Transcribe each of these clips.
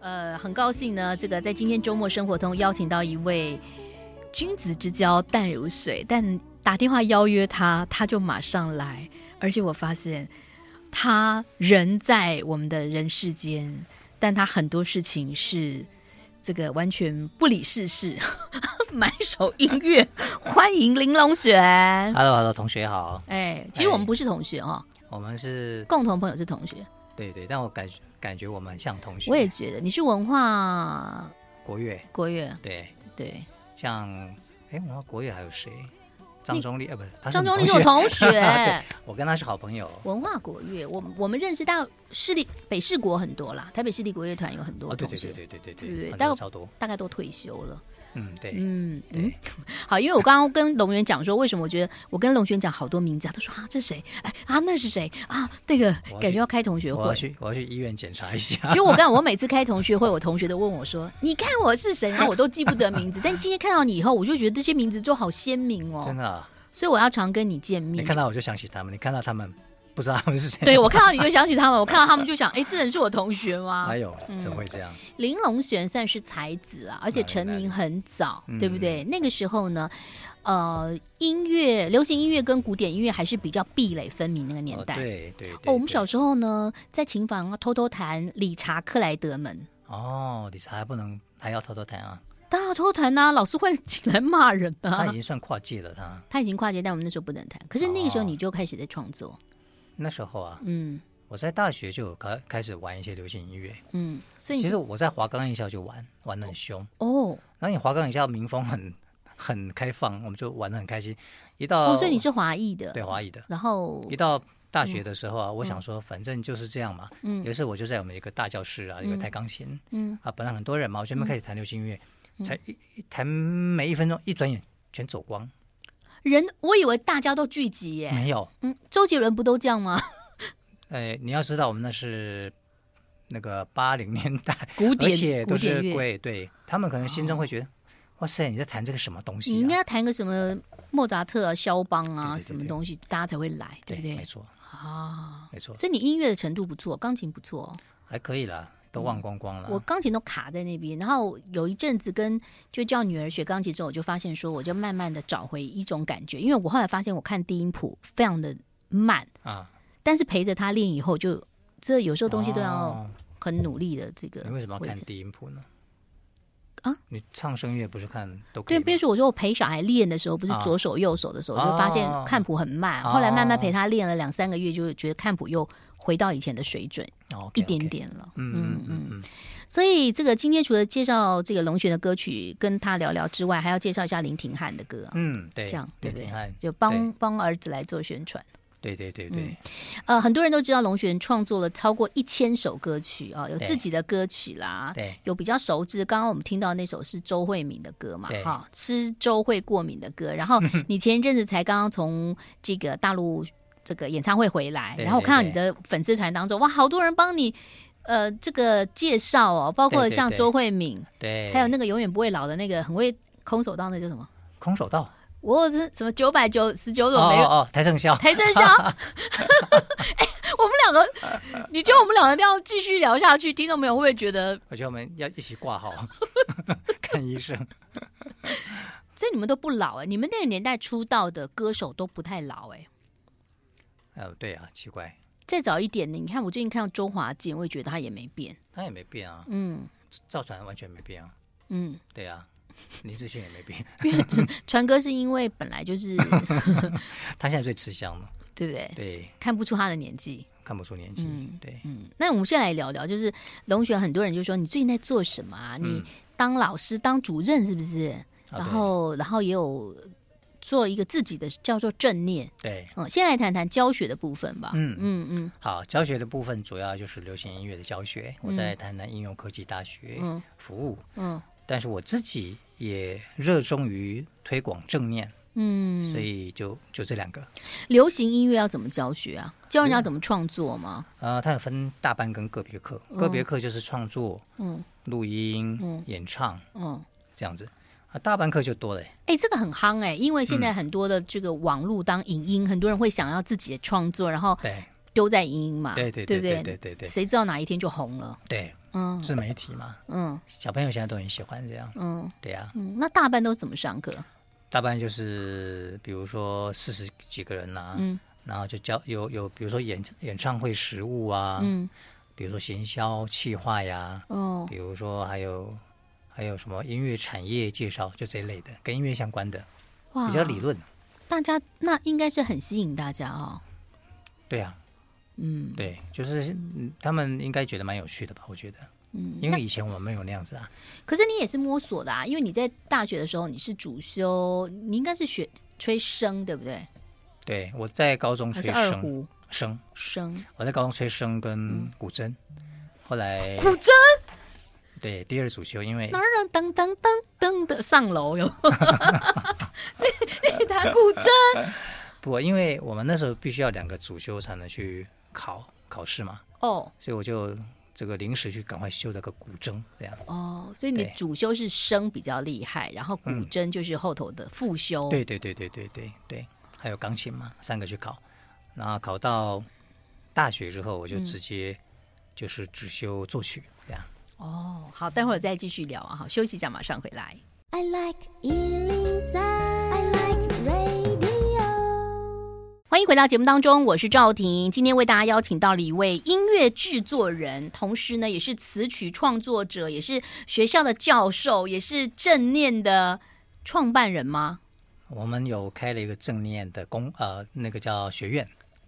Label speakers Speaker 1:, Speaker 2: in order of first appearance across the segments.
Speaker 1: 呃，很高兴呢，这个在今天周末生活通邀请到一位君子之交淡如水，但打电话邀约他，他就马上来，而且我发现他人在我们的人世间，但他很多事情是这个完全不理世事。 满手音乐，欢迎玲珑雪。
Speaker 2: Hello，Hello，同学好，
Speaker 1: 哎，其实我们不是同学哦，
Speaker 2: 我们是
Speaker 1: 共同朋友是同学。
Speaker 2: 对对，但我感觉感觉我们很像同学。
Speaker 1: 我也觉得你是文化
Speaker 2: 国乐，
Speaker 1: 国乐，
Speaker 2: 对，
Speaker 1: 对，
Speaker 2: 像哎，我们国乐还有谁？张忠立，呃，不是，他是
Speaker 1: 张
Speaker 2: 我
Speaker 1: 忠
Speaker 2: 们
Speaker 1: 立是我
Speaker 2: 学
Speaker 1: 同学
Speaker 2: 对。我跟他是好朋友。
Speaker 1: 文化国乐，我们我们认识到市立北市国很多啦，台北市立国乐团有很多
Speaker 2: 哦，对
Speaker 1: 同
Speaker 2: 对
Speaker 1: 学，
Speaker 2: 对对对对
Speaker 1: 对对
Speaker 2: 对，很
Speaker 1: 但
Speaker 2: 多超多，
Speaker 1: 大概都退休了。
Speaker 2: 嗯，对，
Speaker 1: 嗯嗯
Speaker 2: 对，
Speaker 1: 好，因为我刚刚跟龙源讲说，为什么我觉得我跟龙源讲好多名字，他都说啊这是谁，哎啊那是谁啊，那个
Speaker 2: 我要
Speaker 1: 感觉
Speaker 2: 去
Speaker 1: 要开同学
Speaker 2: 我
Speaker 1: 会
Speaker 2: 要。去我要去医院检查一下。
Speaker 1: 其实我刚我每次开同学会，我同学都问我说：“你看我是谁？”然后我都记不得名字，但今天看到你以后，我就觉得这些名字就好鲜明哦
Speaker 2: 真，的啊，
Speaker 1: 所以我要常跟你见
Speaker 2: 你
Speaker 1: 面。
Speaker 2: 看到我就想起他们，你看到他们不知道他们是谁。
Speaker 1: 对，我看到你就想起他们，我看到他们就想，哎，这人是我同学吗？
Speaker 2: 哎呦，怎么会这样？
Speaker 1: 玲珑璇算是才子啊，而且成名很早，
Speaker 2: 哎嗯
Speaker 1: 对不对？那个时候呢，呃，音乐、流行音乐跟古典音乐还是比较壁垒分明那个年
Speaker 2: 哦
Speaker 1: 代。
Speaker 2: 对对对。
Speaker 1: 哦我们
Speaker 2: 对
Speaker 1: 小时候呢，在琴房啊偷偷弹理查克莱德门，
Speaker 2: 哦，理查还不能，还要偷偷谈啊，
Speaker 1: 当然要偷偷弹呐、老师会进来骂人
Speaker 2: 他
Speaker 1: 啊
Speaker 2: 已。经算跨界了。他
Speaker 1: 他已经跨界，但我们那时候不能弹。可是那个时候
Speaker 2: 哦
Speaker 1: 你就开始在创作，
Speaker 2: 那时候啊，
Speaker 1: 嗯
Speaker 2: 我在大学就有开开始玩一些流行音乐。
Speaker 1: 嗯，所以你
Speaker 2: 其
Speaker 1: 是
Speaker 2: 实我在华冈艺校就玩，玩的很凶。
Speaker 1: 哦
Speaker 2: 然后你华冈艺校民风很很开放，我们就玩的很开心。一到
Speaker 1: 哦，所以你是华裔的，
Speaker 2: 对华裔的，
Speaker 1: 然后
Speaker 2: 一到大学的时候啊，我想说反正就是这样嘛。
Speaker 1: 嗯
Speaker 2: 有一次我就在我们一个大教室啊，有个弹钢琴
Speaker 1: 嗯
Speaker 2: 啊，本来很多人嘛，我前面开始弹流行音乐，才一一弹没一分钟，一转眼全走光，
Speaker 1: 人，我以为大家都聚集耶，
Speaker 2: 没有。
Speaker 1: 嗯，周杰伦不都这样吗？
Speaker 2: 呃，你要知道我们那是。那个八零年代，
Speaker 1: 古
Speaker 2: 而且
Speaker 1: 典古
Speaker 2: 都
Speaker 1: 典
Speaker 2: 是
Speaker 1: 乐，
Speaker 2: 贵，对他们可能心中
Speaker 1: 哦
Speaker 2: 会觉得，哇塞，你在弹这个什么东
Speaker 1: 你
Speaker 2: 西
Speaker 1: 嗯应
Speaker 2: 啊？
Speaker 1: 该弹个什么莫扎特啊、肖邦啊，
Speaker 2: 对对对
Speaker 1: 什么
Speaker 2: 对
Speaker 1: 东西，大家才会来，对不
Speaker 2: 没
Speaker 1: 对？
Speaker 2: 错，
Speaker 1: 啊，
Speaker 2: 没错，
Speaker 1: 所以你音乐的程度不错，钢琴不错哦。
Speaker 2: 还可以啦，都忘光光了。
Speaker 1: 嗯
Speaker 2: 啊
Speaker 1: 我钢琴都卡在那边，然后有一阵子跟就叫女儿学钢琴之后，我就发现说，我就慢慢的找回一种感觉，因为我后来发现我看低音谱非常的慢，
Speaker 2: 啊，
Speaker 1: 但是陪着她练以后就，这有时候东西都要
Speaker 2: 哦
Speaker 1: 很努力的这个位置。
Speaker 2: 你为什么要看低音谱呢？
Speaker 1: 啊，
Speaker 2: 你唱声乐不是看都可以
Speaker 1: 对，
Speaker 2: 吗？
Speaker 1: 比如说，我说我陪小孩练的时候，不是
Speaker 2: 啊
Speaker 1: 左手右手的时候，
Speaker 2: 哦
Speaker 1: 就发现看谱很慢。
Speaker 2: 哦
Speaker 1: 后来慢慢陪他练了两三个月，就觉得看谱又回到以前的水准
Speaker 2: 哦
Speaker 1: 一
Speaker 2: ，OK，OK，
Speaker 1: 点点了。
Speaker 2: 嗯，嗯嗯嗯
Speaker 1: 所以这个今天除了介绍这个龙璇的歌曲跟他聊聊之外，还要介绍一下林廷汉的歌啊，
Speaker 2: 嗯，对，
Speaker 1: 这样对不对
Speaker 2: 林廷汉？
Speaker 1: 就帮
Speaker 2: 对
Speaker 1: 帮儿子来做宣传。
Speaker 2: 对对对对，
Speaker 1: 呃，很多人都知道龙璇创作了超过一千首歌曲啊，有
Speaker 2: 对
Speaker 1: 自己的歌曲啦。
Speaker 2: 对
Speaker 1: 有比较熟知，刚刚我们听到那首是周慧敏的歌嘛，
Speaker 2: 对
Speaker 1: 哈，吃周慧过敏的歌。 然后你前一阵子才刚刚从这个大陆这个演唱会回来，
Speaker 2: 对
Speaker 1: 然后我看到你的粉丝团当中，哇，好多人帮你呃这个介绍哦，包括
Speaker 2: 对对
Speaker 1: 像
Speaker 2: 对
Speaker 1: 周慧敏，
Speaker 2: 对，
Speaker 1: 还有那个永远不会老的那个很会空手道，那叫什么？
Speaker 2: 空手道，
Speaker 1: 我这什么九百九十九
Speaker 2: 哦
Speaker 1: 种没有
Speaker 2: 哦哦，台上笑，
Speaker 1: 台正 宵。哎，我们两个，你觉得我们两个要继续聊下去，听众朋友会不会觉得？
Speaker 2: 我觉得我们要一起挂号 看医生。
Speaker 1: 所以你们都不老哎、你们那个年代出道的歌手都不太老哎、
Speaker 2: 呃，对啊，奇怪，
Speaker 1: 再早一点，你看我最近看到周华健，我也觉得他也没变。
Speaker 2: 他也没变啊，
Speaker 1: 嗯
Speaker 2: 赵传完全没变啊，
Speaker 1: 嗯，
Speaker 2: 对啊，林志炫也没变，
Speaker 1: 因为传歌是因为本来就是，
Speaker 2: 他现在最吃香了，
Speaker 1: 对不对？
Speaker 2: 对，
Speaker 1: 看不出他的年纪。
Speaker 2: 看不出年纪
Speaker 1: 嗯，
Speaker 2: 对，
Speaker 1: 嗯，那我们先来聊聊，就是龙璇，很多人就说你最近在做什么啊？你
Speaker 2: 嗯
Speaker 1: 当老师、当主任是不是？
Speaker 2: 啊
Speaker 1: 然后，然后也有做一个自己的叫做正念。
Speaker 2: 对。对
Speaker 1: 嗯，先来谈谈教学的部分吧。
Speaker 2: 嗯
Speaker 1: 嗯嗯
Speaker 2: 好，教学的部分主要就是流行音乐的教学，我在台南应用科技大学
Speaker 1: 嗯
Speaker 2: 服务，
Speaker 1: 嗯
Speaker 2: 但是我自己也热衷于推广正念，
Speaker 1: 嗯。
Speaker 2: 所以就就这两个。
Speaker 1: 流行音乐要怎么教学啊？教人家怎么创作吗？
Speaker 2: 呃，它有分大班跟个别课，个别课就是创作、
Speaker 1: 嗯
Speaker 2: 录音、
Speaker 1: 嗯
Speaker 2: 演唱
Speaker 1: 嗯。
Speaker 2: 这样子，啊，大班课就多了欸。
Speaker 1: 哎、这个很夯哎、因为现
Speaker 2: 嗯
Speaker 1: 在很多的这个网络当影音，很多人会想要自己的创作，然后
Speaker 2: 对
Speaker 1: 丢在影音嘛，
Speaker 2: 对
Speaker 1: 啊对
Speaker 2: 对
Speaker 1: 不
Speaker 2: 对对对对
Speaker 1: 谁知道哪一天就红了？
Speaker 2: 对，
Speaker 1: 嗯
Speaker 2: 自媒体嘛，
Speaker 1: 嗯
Speaker 2: 小朋友现在都很喜欢这样，
Speaker 1: 嗯
Speaker 2: 对呀、
Speaker 1: 嗯，那大半都怎么上课？
Speaker 2: 大半就是比如说四十几个人呐、
Speaker 1: 嗯
Speaker 2: 然后就教有有比如说演演唱会实务啊，
Speaker 1: 嗯
Speaker 2: 比如说行销企划呀、
Speaker 1: 哦
Speaker 2: 比如说还有还有什么音乐产业介绍，就这一类的，跟音乐相关的，
Speaker 1: 哇，
Speaker 2: 比较理论。
Speaker 1: 大家那应该是很吸引大家哦。
Speaker 2: 对啊，
Speaker 1: 嗯
Speaker 2: 对，就是嗯他们应该觉得蛮有趣的吧？我觉得，
Speaker 1: 嗯，
Speaker 2: 因为以前我们没有那样子啊。
Speaker 1: 可是你也是摸索的啊，因为你在大学的时候你是主修，你应该是学吹笙对不对？
Speaker 2: 对，我在高中
Speaker 1: 还
Speaker 2: 吹
Speaker 1: 是二
Speaker 2: 笙，
Speaker 1: 胡
Speaker 2: 笙，
Speaker 1: 笙？
Speaker 2: 我在高中吹笙跟古筝，后 来
Speaker 1: 古筝，
Speaker 2: 对第二主修，因为
Speaker 1: 哪让噔噔噔噔的上楼有？ 你你打古筝，
Speaker 2: 不，因为我们那时候必须要两个主修才能去考考试嘛，
Speaker 1: 哦
Speaker 2: 所以我就这个临时去赶快修了个古筝，这样。
Speaker 1: 哦，所以你
Speaker 2: 对
Speaker 1: 主修是笙比较厉害，然后古
Speaker 2: 嗯
Speaker 1: 筝就是后头的副修。
Speaker 2: 对对对对对对对，还有钢琴嘛，三个去考，然后考到大学之后，我就直接就是只修作曲这样。
Speaker 1: 哦，好，待会儿再继续聊啊，好，休息一下，马上回来。
Speaker 3: I like Ealing Sound. I like radio.
Speaker 1: 欢迎回到节目当中，我是赵婷。今天为大家邀请到了一位音乐制作人，同时呢也是词曲创作者，也是学校的教授，也是正念的创办人吗？
Speaker 2: 我们有开了一个正念的工呃，那个叫学院，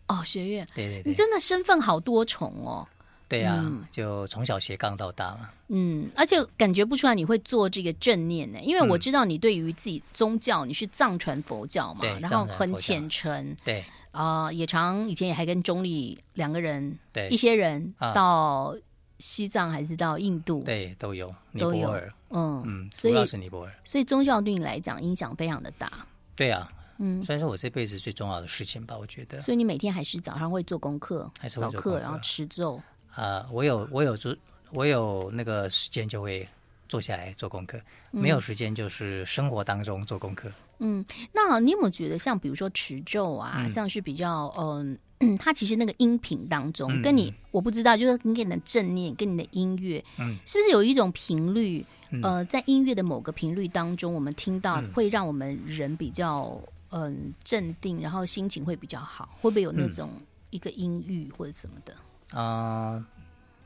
Speaker 1: 哦，学院，
Speaker 2: 对对
Speaker 1: 你
Speaker 2: 对，
Speaker 1: 真的身份好多重哦。
Speaker 2: 对呀、啊，就从小斜杠到大嘛。
Speaker 1: 嗯，而且感觉不出来你会做这个正念呢，因为
Speaker 2: 嗯
Speaker 1: 我知道你对于自己宗教，你是藏传佛教嘛
Speaker 2: 对，
Speaker 1: 然后
Speaker 2: 藏传佛
Speaker 1: 很
Speaker 2: 教
Speaker 1: 虔诚
Speaker 2: 对
Speaker 1: 啊、也常以前也还跟钟丽两个人
Speaker 2: 对
Speaker 1: 一些人
Speaker 2: 啊
Speaker 1: 到西藏还是到印度，，
Speaker 2: 对，都有尼
Speaker 1: 都有
Speaker 2: 泊尔，
Speaker 1: 嗯，
Speaker 2: 嗯，
Speaker 1: 所
Speaker 2: 主要
Speaker 1: 以
Speaker 2: 是尼泊尔。
Speaker 1: 所以宗教对你来讲影响非常的大，
Speaker 2: 对啊，
Speaker 1: 嗯，
Speaker 2: 算是我这辈子最重要的事情吧，我觉得。
Speaker 1: 所以你每天还是早上会做功课，
Speaker 2: 还是会
Speaker 1: 早
Speaker 2: 做功
Speaker 1: 课，
Speaker 2: 课
Speaker 1: 然后持咒，
Speaker 2: 啊，我有我有做，我有那个时间就会坐下来做功课，没有时间就是生活当中做功课。
Speaker 1: 嗯，那你有没有觉得像比如说持咒啊，像是比较嗯。它其实那个音频当中，
Speaker 2: 嗯
Speaker 1: 跟你我不知道，就是跟你的正念，跟你的音乐，
Speaker 2: 嗯
Speaker 1: 是不是有一种频率？
Speaker 2: 嗯
Speaker 1: 呃，在音乐的某个频率当中，我们听到会让我们人比较嗯镇定，然后心情会比较好，会不会有那种
Speaker 2: 嗯
Speaker 1: 一个音域或者什么的？
Speaker 2: 啊、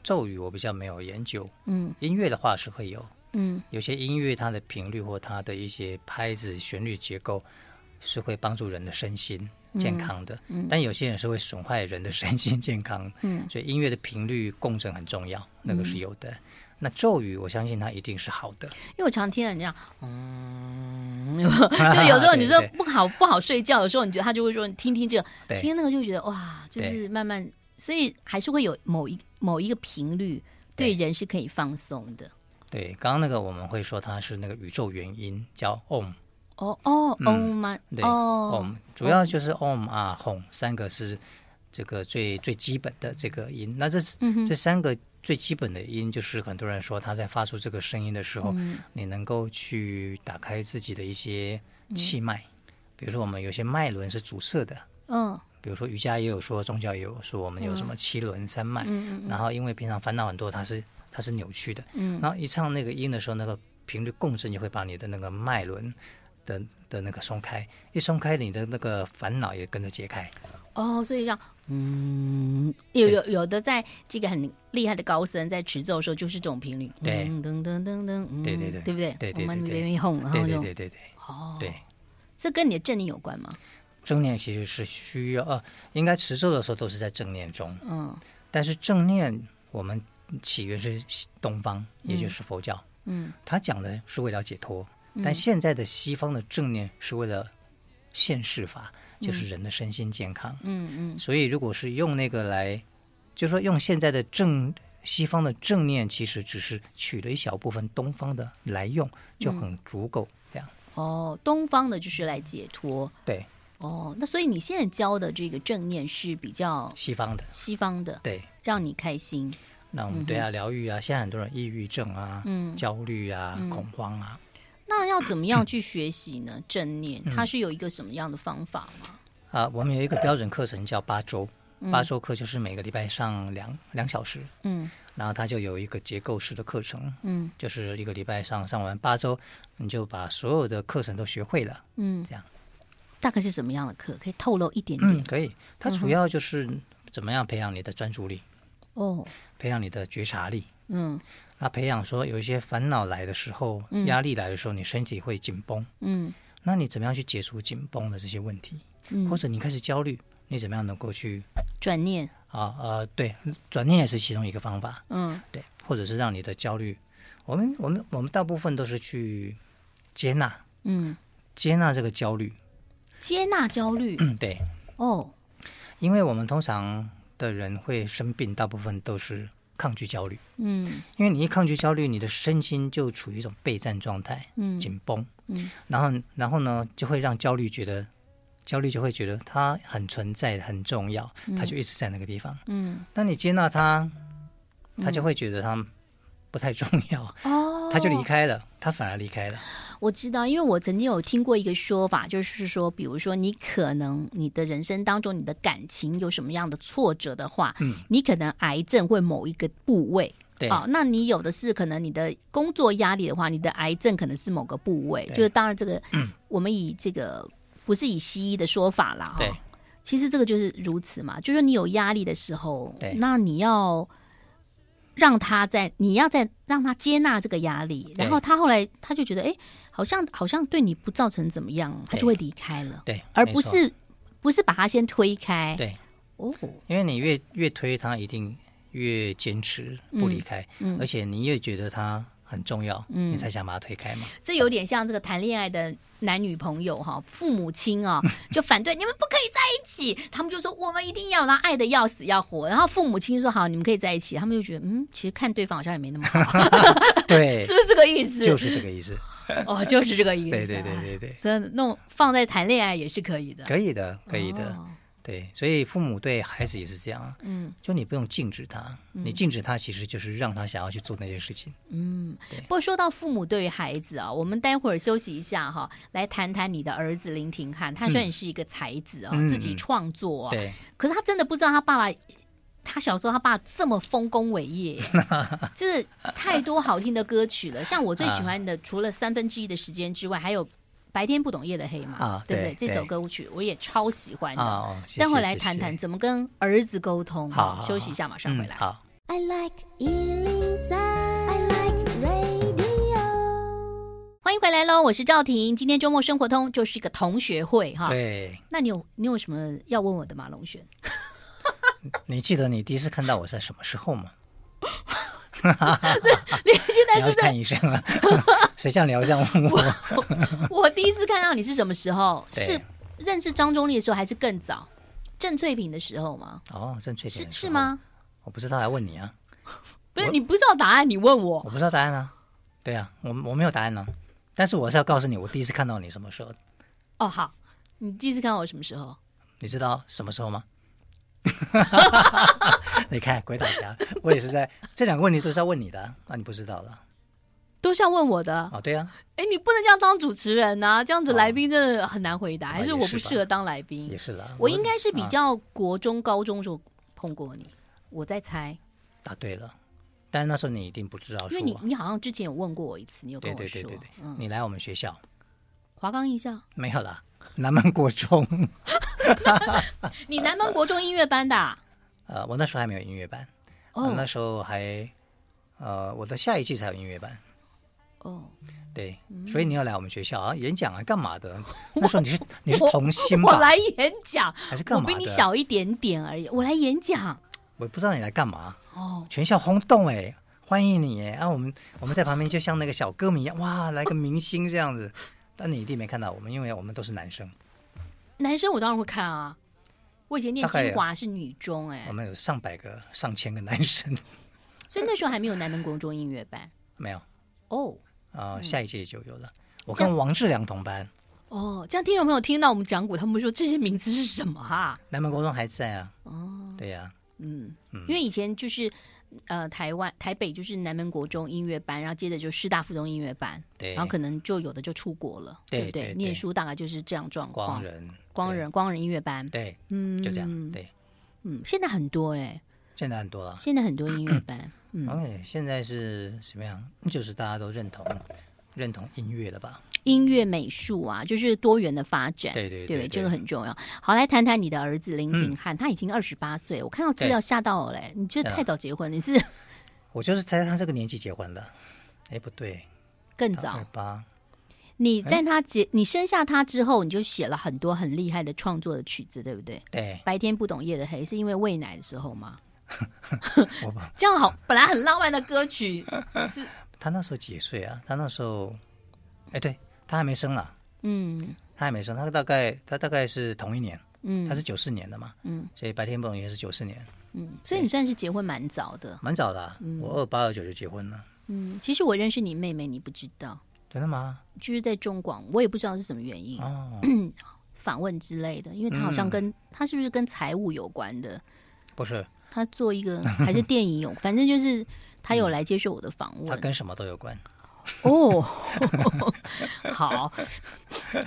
Speaker 2: 咒语我比较没有研究，
Speaker 1: 嗯
Speaker 2: 音乐的话是会有，
Speaker 1: 嗯
Speaker 2: 有些音乐它的频率或它的一些拍子、旋律结构是会帮助人的身心
Speaker 1: 嗯
Speaker 2: 健康的，但有些人是会损害人的身心健康，
Speaker 1: 嗯
Speaker 2: 所以音乐的频率共振很重要，那个是有的。那咒语，我相信它一定是好的。
Speaker 1: 因为我常听人家， 嗯，有没有就有时候你说
Speaker 2: 对对
Speaker 1: 不好不好睡觉的时候，你觉得他就会说你听听这个，
Speaker 2: 对
Speaker 1: 听那个就觉得哇，就是慢慢，所以还是会有某一某一个频率对
Speaker 2: 对
Speaker 1: 人是可以放松的。
Speaker 2: 对，刚刚那个我们会说它是那个宇宙元音，叫 Om，
Speaker 1: 哦哦哦
Speaker 2: 嗯
Speaker 1: 妈
Speaker 2: 对、
Speaker 1: 哦
Speaker 2: Om，主要就是 Om 啊 Hom 三个是这个最最基本的这个音。那这、是
Speaker 1: 嗯哼
Speaker 2: 这三个最基本的音，就是很多人说他在发出这个声音的时候，
Speaker 1: 嗯
Speaker 2: 你能够去打开自己的一些气脉，比如说我们有些脉轮是阻塞的，
Speaker 1: 嗯
Speaker 2: 比如说瑜伽也有说，宗教也有说，我们有什么七轮三脉，
Speaker 1: 嗯
Speaker 2: 然后因为平常烦恼很多，它是它是扭曲的，
Speaker 1: 嗯
Speaker 2: 然后一唱那个音的时候，那个频率共振就会把你的那个脉轮的的那个松开，一松开，你的那个烦恼也跟着解开，
Speaker 1: 哦，所以让嗯有
Speaker 2: 对
Speaker 1: 有有的在这个很厉害的高僧在持咒的时候就是这种频率，
Speaker 2: 对
Speaker 1: 嗯噔噔噔噔，嗯
Speaker 2: 对对对
Speaker 1: 对不对？
Speaker 2: 对对对
Speaker 1: 我们
Speaker 2: 对
Speaker 1: 连一哄，然后
Speaker 2: 对对
Speaker 1: 就
Speaker 2: 对对对
Speaker 1: 哦，
Speaker 2: 对，。
Speaker 1: 这跟你的正念有关吗？
Speaker 2: 正念其实是需要呃，应该持咒的时候都是在正念中，
Speaker 1: 嗯
Speaker 2: 但是正念我们起源是东方，也就是佛教，
Speaker 1: 嗯
Speaker 2: 他讲的是为了解脱，但现在的西方的正念是为了现世法，就是人的身心健康。
Speaker 1: 嗯嗯
Speaker 2: 所以如果是用那个来，就说用现在的正西方的正念，其实只是取了一小部分东方的来用，
Speaker 1: 嗯
Speaker 2: 就很足够。这样
Speaker 1: 哦，东方的就是来解脱
Speaker 2: 对
Speaker 1: 哦。那所以你现在教的这个正念是比较
Speaker 2: 西方的
Speaker 1: 西方的，
Speaker 2: 对。
Speaker 1: 让你开 心。
Speaker 2: 那我们对啊，疗愈啊，现在很多人抑郁症啊、
Speaker 1: 嗯
Speaker 2: 焦虑啊、恐慌啊，
Speaker 1: 那要怎么样去学习呢？嗯正念它是有一个什么样的方法吗？
Speaker 2: 啊，我们有一个标准课程叫八周，八周课就是每个礼拜上两两小时，
Speaker 1: 嗯
Speaker 2: 然后它就有一个结构式的课程，
Speaker 1: 嗯
Speaker 2: 就是一个礼拜上上完八周，你就把所有的课程都学会了。
Speaker 1: 嗯，
Speaker 2: 这样
Speaker 1: 大概是什么样的课？可以透露一点
Speaker 2: 嗯，
Speaker 1: 点
Speaker 2: 可以。它主要就是怎么样培养你的专注力，
Speaker 1: 哦。
Speaker 2: 培养你的觉察力。
Speaker 1: 嗯
Speaker 2: 那培养说有一些烦恼来的时候，压力来的时候，你身体会紧绷，
Speaker 1: 嗯
Speaker 2: 那你怎么样去解除紧绷的这些问题？
Speaker 1: 嗯，
Speaker 2: 或者你开始焦虑，你怎么样能够去
Speaker 1: 转念，
Speaker 2: 啊呃对，转念也是其中一个方法，
Speaker 1: 嗯
Speaker 2: 对，或者是让你的焦虑，我们我们我们大部分都是去接纳
Speaker 1: 嗯，
Speaker 2: 接纳这个焦虑，
Speaker 1: 接纳焦虑
Speaker 2: 嗯对，
Speaker 1: 哦，
Speaker 2: 因为我们通常的人会生病，大部分都是抗拒焦虑，
Speaker 1: 嗯
Speaker 2: 因为你一抗拒焦虑，你的身心就处于一种备战状态，
Speaker 1: 嗯
Speaker 2: 紧绷，
Speaker 1: 嗯，
Speaker 2: 然后然后呢，就会让焦虑觉得，焦虑就会觉得它很存在、很重要，它就一直在那个地方。
Speaker 1: 嗯
Speaker 2: 当你接纳它，它就会觉得它不太重要，
Speaker 1: 哦，
Speaker 2: 它就离开了，它反而离开了。
Speaker 1: 我知道，因为我曾经有听过一个说法，就是说，比如说你可能你的人生当中你的感情有什么样的挫折的话，嗯，你可能癌症会某一个部位。
Speaker 2: 对，
Speaker 1: 哦，那你有的是可能你的工作压力的话，你的癌症可能是某个部位，
Speaker 2: 对
Speaker 1: 就是当然这个、我们以这个不是以西医的说法啦，哈
Speaker 2: 对，
Speaker 1: 其实这个就是如此嘛，就是你有压力的时候
Speaker 2: 对，
Speaker 1: 那你要让他在，你要在让他接纳这个压力，
Speaker 2: 对
Speaker 1: 然后他后来他就觉得，哎，好像好像对你不造成怎么样，他
Speaker 2: 对
Speaker 1: 就会离开了，
Speaker 2: 对，
Speaker 1: 而
Speaker 2: 没
Speaker 1: 不
Speaker 2: 错
Speaker 1: 是不是把他先推开，
Speaker 2: 对，
Speaker 1: 哦，
Speaker 2: 因为你越越推它，一定越坚持不
Speaker 1: 嗯
Speaker 2: 离开，而且你越觉得它很重要，你才想把它推开 嘛。
Speaker 1: 这有点像这个谈恋爱的男女朋友 哈，父母亲啊就反对你们不可以在一起，他们就说我们一定要，然后爱的要死要活，然后父母亲说好，你们可以在一起，他们就觉得嗯，其实看对方好像也没那么好，
Speaker 2: 对
Speaker 1: 是，不是这个意思？
Speaker 2: 就是这个意思。
Speaker 1: 哦，就是这个意思。
Speaker 2: 对对对对对，
Speaker 1: 所以弄放在谈恋爱也是可以的，
Speaker 2: 可以的，可以的。
Speaker 1: 哦
Speaker 2: 对，所以父母对孩子也是这样啊，
Speaker 1: 嗯
Speaker 2: 就你不用禁止他，你禁止他其实就是让他想要去做那件事情。
Speaker 1: 嗯
Speaker 2: 对。
Speaker 1: 不过说到父母对于孩子啊，我们待会儿休息一下哈，来谈谈你的儿子林廷汉，他虽然是一个才子啊，
Speaker 2: 嗯
Speaker 1: 自己创作、啊，
Speaker 2: 对，
Speaker 1: 可是他真的不知道他爸爸。他小时候，他爸这么丰功伟 业，就是太多好听的歌曲了。像我最喜欢的，除了《三分之一的时间》之外，还有《白天不懂夜的黑》嘛，
Speaker 2: 啊
Speaker 1: 对不
Speaker 2: 对
Speaker 1: 这首
Speaker 2: 对
Speaker 1: 歌曲我也超喜欢的。
Speaker 2: 啊哦，谢谢
Speaker 1: 待会儿来谈谈
Speaker 2: 谢谢
Speaker 1: 怎么跟儿子沟通。
Speaker 2: 好好
Speaker 1: 休息一下，马上回来。
Speaker 2: 嗯好。
Speaker 3: I like Ealing Sound. I like radio.
Speaker 1: 欢迎回来喽，我是赵婷。今天周末生活通就是一个同学会哈。
Speaker 2: 对，
Speaker 1: 那你有你有什么要问我的吗？龙璇？
Speaker 2: 你记得你第一次看到我在什么时候吗？
Speaker 1: 你现
Speaker 2: 你
Speaker 1: 在
Speaker 2: 要
Speaker 1: 是不
Speaker 2: 去
Speaker 1: 是
Speaker 2: 看医生了， 谁像你要这样问我？
Speaker 1: 我第一次看到你是什么时候？
Speaker 2: 对
Speaker 1: 是认识张忠立的时候，还是更早？郑翠萍的时候吗？
Speaker 2: 哦，正确点
Speaker 1: 是
Speaker 2: 的时
Speaker 1: 是
Speaker 2: 候？
Speaker 1: 吗？
Speaker 2: 我不知道，还问你啊，
Speaker 1: 不是，
Speaker 2: 我
Speaker 1: 你不知道答案，你问
Speaker 2: 我
Speaker 1: 我。
Speaker 2: 不知道答案啊。对啊，我我没有答案呢、但是我是要告诉你，我第一次看到你什么时候？
Speaker 1: 哦，好，你第一次看到我什么时候？
Speaker 2: 你知道什么时候吗？ 你看鬼打墙，我也是在这两个问题都是要问你的啊，啊你不知道的
Speaker 1: 都是要问我的。
Speaker 2: 哦，对啊，
Speaker 1: 哎，你不能这样当主持人呐、这样子
Speaker 2: 哦
Speaker 1: 来宾真的很难回答，
Speaker 2: 啊
Speaker 1: 还
Speaker 2: 也
Speaker 1: 我
Speaker 2: 是
Speaker 1: 不
Speaker 2: 吧
Speaker 1: 适合当来宾
Speaker 2: 也。是啦。
Speaker 1: 我应该是比
Speaker 2: 啊
Speaker 1: 较国中、高中时候碰过你，我在猜，
Speaker 2: 答啊对了，但是那时候你一定不知道
Speaker 1: 因
Speaker 2: 是
Speaker 1: 为你
Speaker 2: 我。
Speaker 1: 你好像之前有问过我一次，你有跟
Speaker 2: 对
Speaker 1: 我
Speaker 2: 对
Speaker 1: 说，嗯
Speaker 2: 对对对，你来我们学校
Speaker 1: 华冈艺校，
Speaker 2: 没有啦？南门国中，
Speaker 1: 你南门国中音乐班的啊、
Speaker 2: 呃，我那时候还没有音乐班，我啊那
Speaker 1: 哦
Speaker 2: 时候还，呃，我的下一季才有音乐班，
Speaker 1: 哦，
Speaker 2: 对，所以你要来我们学校啊，演讲啊，干嘛的？那时候 你是你是童星
Speaker 1: 我
Speaker 2: 吧？
Speaker 1: 来演讲，
Speaker 2: 还是干
Speaker 1: 我
Speaker 2: 嘛的？
Speaker 1: 比你，小一点点而已，我来演讲
Speaker 2: 我不知道你来干嘛。
Speaker 1: 哦，
Speaker 2: 全校轰动哎、欢迎你哎、啊，我们我们在旁边就像那个小歌迷一样，哇，来个明星这样子。 但你一定没看到我们，因为我们都是男生，
Speaker 1: 男生我当然会看啊，我以前念
Speaker 2: 大概哦
Speaker 1: 清华是女中哎、
Speaker 2: 我们有上百个、上千个男生，
Speaker 1: 所以那时候还没有南门国中音乐班
Speaker 2: 没有。
Speaker 1: 哦
Speaker 2: 呃，下一届就有了。我
Speaker 1: 这样
Speaker 2: 跟王志良同班，
Speaker 1: 哦，这样听众朋友听到我们讲古，他们会说这些名字是什么啊？
Speaker 2: 南门国中还在啊。哦，对呀、
Speaker 1: 嗯，因为以前就是呃台湾台北就是南门国中音乐班，然后接着就师大附中音乐班，
Speaker 2: 对
Speaker 1: 然后可能就有的就出国了，
Speaker 2: 对
Speaker 1: 不
Speaker 2: 对对
Speaker 1: 念书大概就是这样状况。
Speaker 2: 光仁，
Speaker 1: 光
Speaker 2: 对
Speaker 1: 仁光仁音乐班，
Speaker 2: 对，
Speaker 1: 嗯，
Speaker 2: 就这样，对。
Speaker 1: 嗯，现在很多哎，
Speaker 2: 现在很多了。
Speaker 1: 现在很多音乐班，嗯，
Speaker 2: OK，现在是什么样？就是大家都认同认同音乐了吧？
Speaker 1: 音乐美术啊，就是多元的发展，
Speaker 2: 对
Speaker 1: 对
Speaker 2: 对对嗯
Speaker 1: 这
Speaker 2: 对
Speaker 1: 个很重要。好，来谈谈你的儿子林廷汉，他已经二十八岁，我看到资料吓到我嘞，你这
Speaker 2: 对啊
Speaker 1: 太早结婚，你是
Speaker 2: 我就是在他这个年纪结婚的。哎，不对，
Speaker 1: 更
Speaker 2: 他
Speaker 1: 早
Speaker 2: 二。八。
Speaker 1: 你
Speaker 2: 哎
Speaker 1: 在他结你生下他之后，你就写了很多很厉害的创作的曲子，对不对？
Speaker 2: 对，
Speaker 1: 白天不懂夜的黑，是因为喂奶的时候吗？
Speaker 2: 我把
Speaker 1: 这样好，本来很浪漫的歌曲，
Speaker 2: 他那时候几岁啊？他那时候，哎，对他还没生啊，
Speaker 1: 嗯
Speaker 2: 他还没生，他大概他大概是同一年，
Speaker 1: 嗯
Speaker 2: 他是九四年的嘛，
Speaker 1: 嗯，
Speaker 2: 所以白天不懂也是九四年，
Speaker 1: 嗯，所以你算是结婚蛮早的，
Speaker 2: 蛮早的啊、我二八二九就结婚了，
Speaker 1: 嗯，其实我认识你妹妹，你不知道，
Speaker 2: 真的吗？
Speaker 1: 就是在中广，我也不知道是什么原因，
Speaker 2: 哦， 嗯
Speaker 1: 访问之类的，因为她好像跟她、是不是跟财务有关的，
Speaker 2: 不是，
Speaker 1: 她做一个还是电影有， 反正就是她有来接受我的访
Speaker 2: 嗯他
Speaker 1: 问，
Speaker 2: 跟什么都有关。
Speaker 1: 哦， 好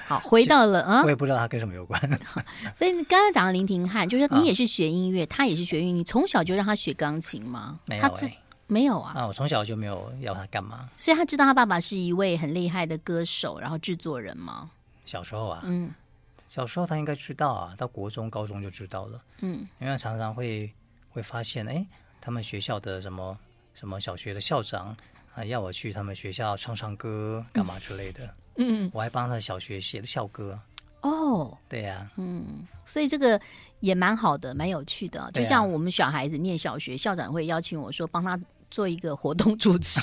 Speaker 1: 好回到了啊
Speaker 2: 我，也不知道他跟什么有关。
Speaker 1: 所以你刚刚讲的林廷汉，就是
Speaker 2: 嗯
Speaker 1: 你也是学音乐，她也是学音乐，你从小就让她学钢琴吗？
Speaker 2: 没有
Speaker 1: 她知
Speaker 2: 哎、
Speaker 1: 没有啊，
Speaker 2: 啊，我从小就没有要他干嘛。
Speaker 1: 所以她知道她爸爸是一位很厉害的歌手，然后制作人吗？
Speaker 2: 小时候啊，
Speaker 1: 嗯
Speaker 2: 小时候他应该知道啊，到国中、高中就知道了，
Speaker 1: 嗯
Speaker 2: 因为他常常会会发现，哎，他们学校的什么什么小学的校长啊，要我去他们学校唱唱歌，干嘛之类的。
Speaker 1: 嗯，
Speaker 2: 我还帮他小学写的校歌。
Speaker 1: 哦，
Speaker 2: 对呀、
Speaker 1: 所以这个也蛮好的，蛮有趣的。
Speaker 2: 对
Speaker 1: 就
Speaker 2: 啊
Speaker 1: 像我们小孩子念小学，校长会邀请我说帮他做一个活动主 持，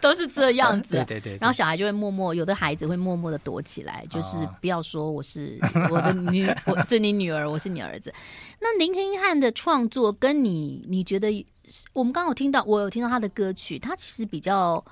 Speaker 1: 都是这样子。
Speaker 2: 对对对对
Speaker 1: 然后小孩就会默默，有的孩子会默默的躲起来，就是
Speaker 2: 哦
Speaker 1: 不要说我是我的 女，我是你女儿，我是你儿子。那林肯汉的创作跟你，你觉得我们刚好听到，我有听到他的歌曲，他其实比较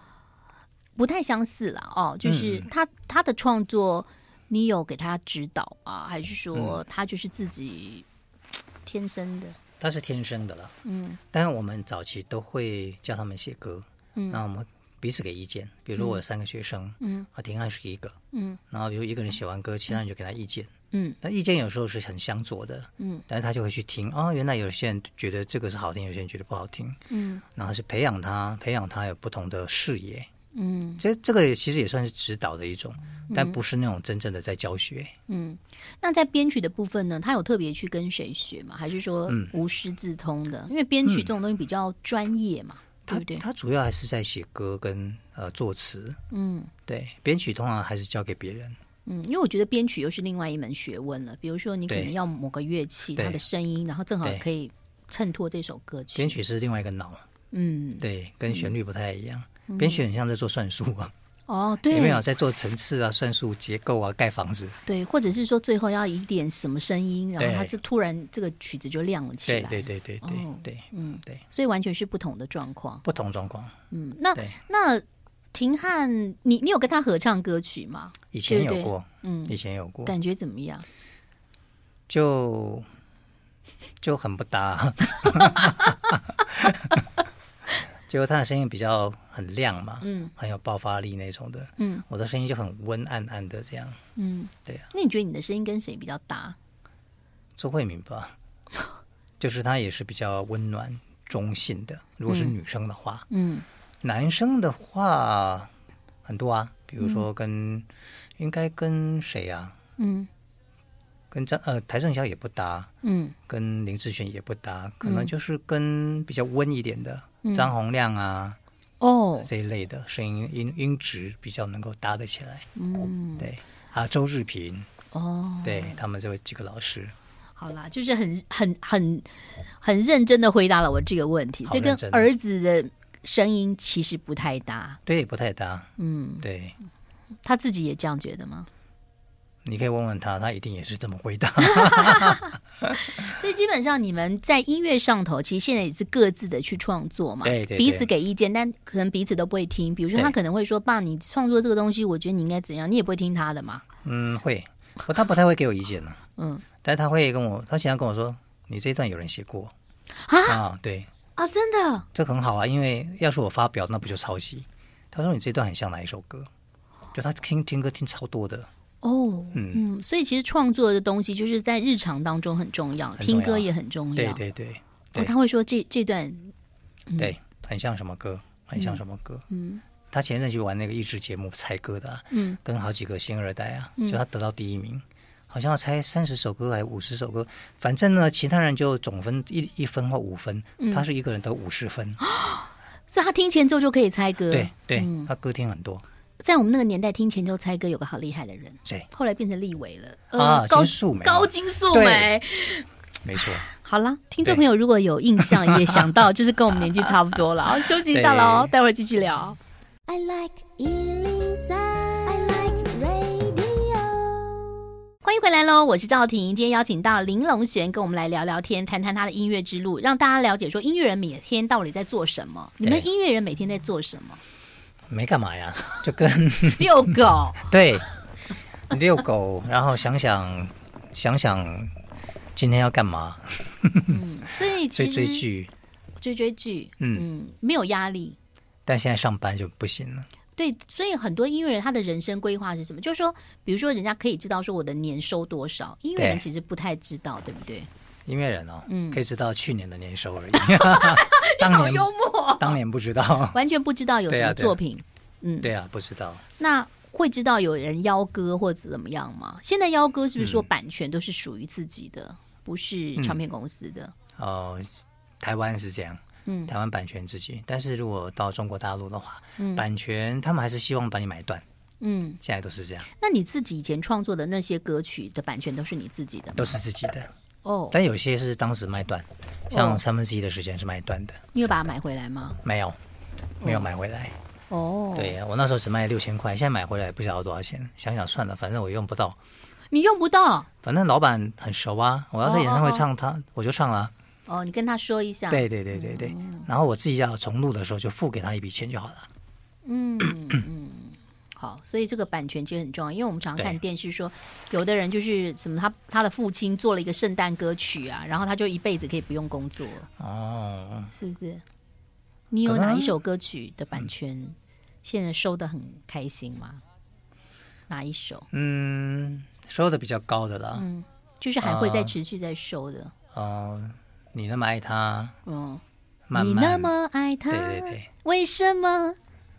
Speaker 1: 不太相似啦。哦，就是
Speaker 2: 嗯
Speaker 1: 他、他的创作，你有给他指导啊，还是
Speaker 2: 嗯
Speaker 1: 说他就是自己嘖天生的？
Speaker 2: 他是天生的了。嗯，但是我们早期都会叫他们写歌，嗯，那我们彼此给意见。比如说我有三个学生，嗯，啊，庭安是一个，
Speaker 1: 嗯，
Speaker 2: 然后比如一个人写完歌，其他人就给他意见。
Speaker 1: 嗯，
Speaker 2: 那意见有时候是很相左的，
Speaker 1: 嗯，
Speaker 2: 但是他就会去听，哦，原来有些人觉得这个是好听，有些人觉得不好听，
Speaker 1: 嗯
Speaker 2: 然后是培养他，培养他有不同的视野。
Speaker 1: 嗯
Speaker 2: 这这个其实也算是指导的一种，但不是那种真正的在教学。
Speaker 1: 嗯。那在编曲的部分呢，他有特别去跟谁学吗？还是说
Speaker 2: 嗯
Speaker 1: 无师自通的？因为编曲这种东西比较专业嘛，对
Speaker 2: 他
Speaker 1: 不对？
Speaker 2: 他主要还是在写歌跟呃作词，
Speaker 1: 嗯。
Speaker 2: 对，编曲通常还是交给别人。
Speaker 1: 嗯，因为我觉得编曲又是另外一门学问了。比如说，你可
Speaker 2: 对
Speaker 1: 能要某个乐器，
Speaker 2: 对
Speaker 1: 它的声音，然后正好
Speaker 2: 对
Speaker 1: 可以衬托这首歌曲。
Speaker 2: 编，曲是另外一个脑，
Speaker 1: 嗯，
Speaker 2: 对，跟旋律不太一样。编曲很像在做算术啊，
Speaker 1: 哦，
Speaker 2: 有没
Speaker 1: 对
Speaker 2: 有在做层次啊、算术、结构啊、盖房子？
Speaker 1: 对，或者是说最后要一点什么声音，然后
Speaker 2: 对
Speaker 1: 它就突然这个曲子就亮了起来。
Speaker 2: 对对对对对
Speaker 1: 哦
Speaker 2: 对，
Speaker 1: 嗯，
Speaker 2: 对，
Speaker 1: 所以完全是不同的状况。
Speaker 2: 不同状况。
Speaker 1: 嗯，那
Speaker 2: 对
Speaker 1: 那廷汉，你你有跟他合唱歌曲吗？
Speaker 2: 以前
Speaker 1: 对对
Speaker 2: 有过，
Speaker 1: 嗯，
Speaker 2: 以前有过，
Speaker 1: 感觉怎么样？
Speaker 2: 就就很不搭 啊。就他的声音比较很亮嘛，
Speaker 1: 嗯，
Speaker 2: 很有爆发力那种的，
Speaker 1: 嗯，
Speaker 2: 我的声音就很温暗暗的这样，
Speaker 1: 嗯，
Speaker 2: 对啊，
Speaker 1: 那你觉得你的声音跟谁比较搭？
Speaker 2: 周慧敏 吧，就是她也是比较温暖中性的，如果是女生的话，
Speaker 1: 嗯
Speaker 2: 男生的话很多啊，比如说跟、应该跟谁啊？
Speaker 1: 嗯
Speaker 2: 跟张呃邰正宵也不搭，
Speaker 1: 嗯
Speaker 2: 跟林志炫也不搭，可能就是跟比较温一点的、张洪亮啊
Speaker 1: 嗯哦，
Speaker 2: 这一类的声音音音质比较能够搭得起来。嗯，对啊，周志平，
Speaker 1: 哦，
Speaker 2: 对他们这几个老师，
Speaker 1: 好啦，就是很很很很认真的回答了我这个问题。
Speaker 2: 好
Speaker 1: 这跟
Speaker 2: 认真
Speaker 1: 儿子的声音其实不太搭，
Speaker 2: 对不太搭。
Speaker 1: 嗯，
Speaker 2: 对，
Speaker 1: 他自己也这样觉得 吗？
Speaker 2: 你可以问问他，他一定也是这么回答。
Speaker 1: 所以基本上你们在音乐上头，其实现在也是各自的去创作嘛，
Speaker 2: 对对对
Speaker 1: 彼此给意见，但可能彼此都不会听。比如说他
Speaker 2: 对
Speaker 1: 可能会说：“爸，你创作这个东西，我觉得你应该怎样。”你也不会听他的嘛，
Speaker 2: 嗯，会，不他不太会给我意见呢、
Speaker 1: 嗯，
Speaker 2: 但他会跟我，他经常跟我说，你这一段有人写过
Speaker 1: 啊
Speaker 2: 对，
Speaker 1: 啊，真的
Speaker 2: 这很好啊，因为要是我发表，那不就抄袭？他说你这段很像哪一首歌？就他听听歌听超多的，
Speaker 1: 哦，
Speaker 2: 嗯
Speaker 1: 嗯，所以其实创作的东西就是在日常当中很重要，
Speaker 2: 重要
Speaker 1: 听歌也很重要。
Speaker 2: 对对对
Speaker 1: 哦，他会说这这段，嗯
Speaker 2: 对，很像什么歌，很像什么歌。
Speaker 1: 嗯
Speaker 2: 他前阵去玩那个益智节目猜歌的、啊，
Speaker 1: 嗯，
Speaker 2: 跟好几个星二代啊，
Speaker 1: 嗯
Speaker 2: 就他得到第一名，好像要猜三十首歌还五十首歌，反正呢，其他人就总分一一分或五分，
Speaker 1: 嗯
Speaker 2: 他是一个人得五十分，
Speaker 1: 所以他听前奏就可以猜歌。
Speaker 2: 对对，
Speaker 1: 嗯
Speaker 2: 他歌听很多，
Speaker 1: 在我们那个年代听前奏猜歌有个好厉害的人，
Speaker 2: 对，
Speaker 1: 后来变成立委了。呃
Speaker 2: 啊
Speaker 1: 高
Speaker 2: 金素梅
Speaker 1: 高
Speaker 2: 嘛
Speaker 1: 金素
Speaker 2: 对
Speaker 1: 梅。
Speaker 2: 没错，
Speaker 1: 好啦，听
Speaker 2: 对
Speaker 1: 众朋友如果有印象，也想 到就是跟我们年纪差不多了，好休息一下喽，
Speaker 2: 对
Speaker 1: 待会儿继续聊。
Speaker 3: I like Ealing Sound. I like radio.
Speaker 1: 欢迎回来喽，我是赵婷。今天邀请到林龙璇跟我们来聊聊天，谈谈他的音乐之路，让大家了解说音乐人每天到底在做什么。你们
Speaker 2: 对
Speaker 1: 音乐人每天在做什么？
Speaker 2: 没干嘛呀， 就跟
Speaker 1: 遛狗，
Speaker 2: 对遛狗，然后想想想想今天要干嘛，
Speaker 1: 所以其 实
Speaker 2: 追追剧，
Speaker 1: 追追剧，
Speaker 2: 嗯
Speaker 1: 嗯，没有压力。
Speaker 2: 但现在上班就不行了，
Speaker 1: 对，所以很多音乐人他的人生规划是什么？就是说，比如说，人家可以知道说我的年收多少，音乐人
Speaker 2: 对
Speaker 1: 其实不太知道，对不对？
Speaker 2: 音乐人哦，
Speaker 1: 嗯
Speaker 2: 可以知道去年的年 收而已，当
Speaker 1: 好
Speaker 2: 年
Speaker 1: 幽默，
Speaker 2: 当年不知道，
Speaker 1: 完全不知道有
Speaker 2: 对
Speaker 1: 什
Speaker 2: 啊
Speaker 1: 么
Speaker 2: 对啊
Speaker 1: 作品。嗯，
Speaker 2: 对啊，不知道。
Speaker 1: 那会知道有人邀歌或者怎么样吗？现在邀歌是不是
Speaker 2: 嗯
Speaker 1: 说版权都是属于自己的，不是唱片公司的？
Speaker 2: 哦，台湾是这样，
Speaker 1: 嗯
Speaker 2: 台湾版权自己，但是如果到中国大陆的话，
Speaker 1: 嗯
Speaker 2: 版权他们还是希望把你买断，
Speaker 1: 嗯，
Speaker 2: 现在都是这样，
Speaker 1: 那你自己以前创作的那些歌曲的版权都是你自己的吗
Speaker 2: 都是自己的，
Speaker 1: 哦，
Speaker 2: 但有些是当时卖断，像三分之一的时间是卖断的，
Speaker 1: 你有把它买回来吗？
Speaker 2: 没有。没有买回来，
Speaker 1: 哦，
Speaker 2: 对，呀，我那时候只卖六千块，现在买回来不晓得多少钱。想想算了，反正我用不到，
Speaker 1: 你用不到
Speaker 2: 反正老板很熟啊。我要在演唱会唱他，我就唱了啊。
Speaker 1: 哦，你跟他说一下。
Speaker 2: 对对对对对，然后我自己要重录的时候就付给他一笔钱就好了。
Speaker 1: 嗯，嗯，好，所以这个版权其实很重要，因为我们常常看
Speaker 2: 对
Speaker 1: 电视说，有的人就是什么他他的父亲做了一个圣诞歌曲啊，然后他就一辈子可以不用工作，
Speaker 2: 哦，
Speaker 1: 是不是？你有
Speaker 2: 可能啊嗯
Speaker 1: 哪一首歌曲的版权现在收的很开心吗？哪一首？
Speaker 2: 嗯，收的比较高的啦，
Speaker 1: 嗯，就是还会再
Speaker 2: 啊
Speaker 1: 持续在收的。
Speaker 2: 哦，你那么爱他，
Speaker 1: 嗯，
Speaker 2: 慢
Speaker 1: 你
Speaker 2: 慢
Speaker 1: 那么爱他，
Speaker 2: 对对对，
Speaker 1: 为什么？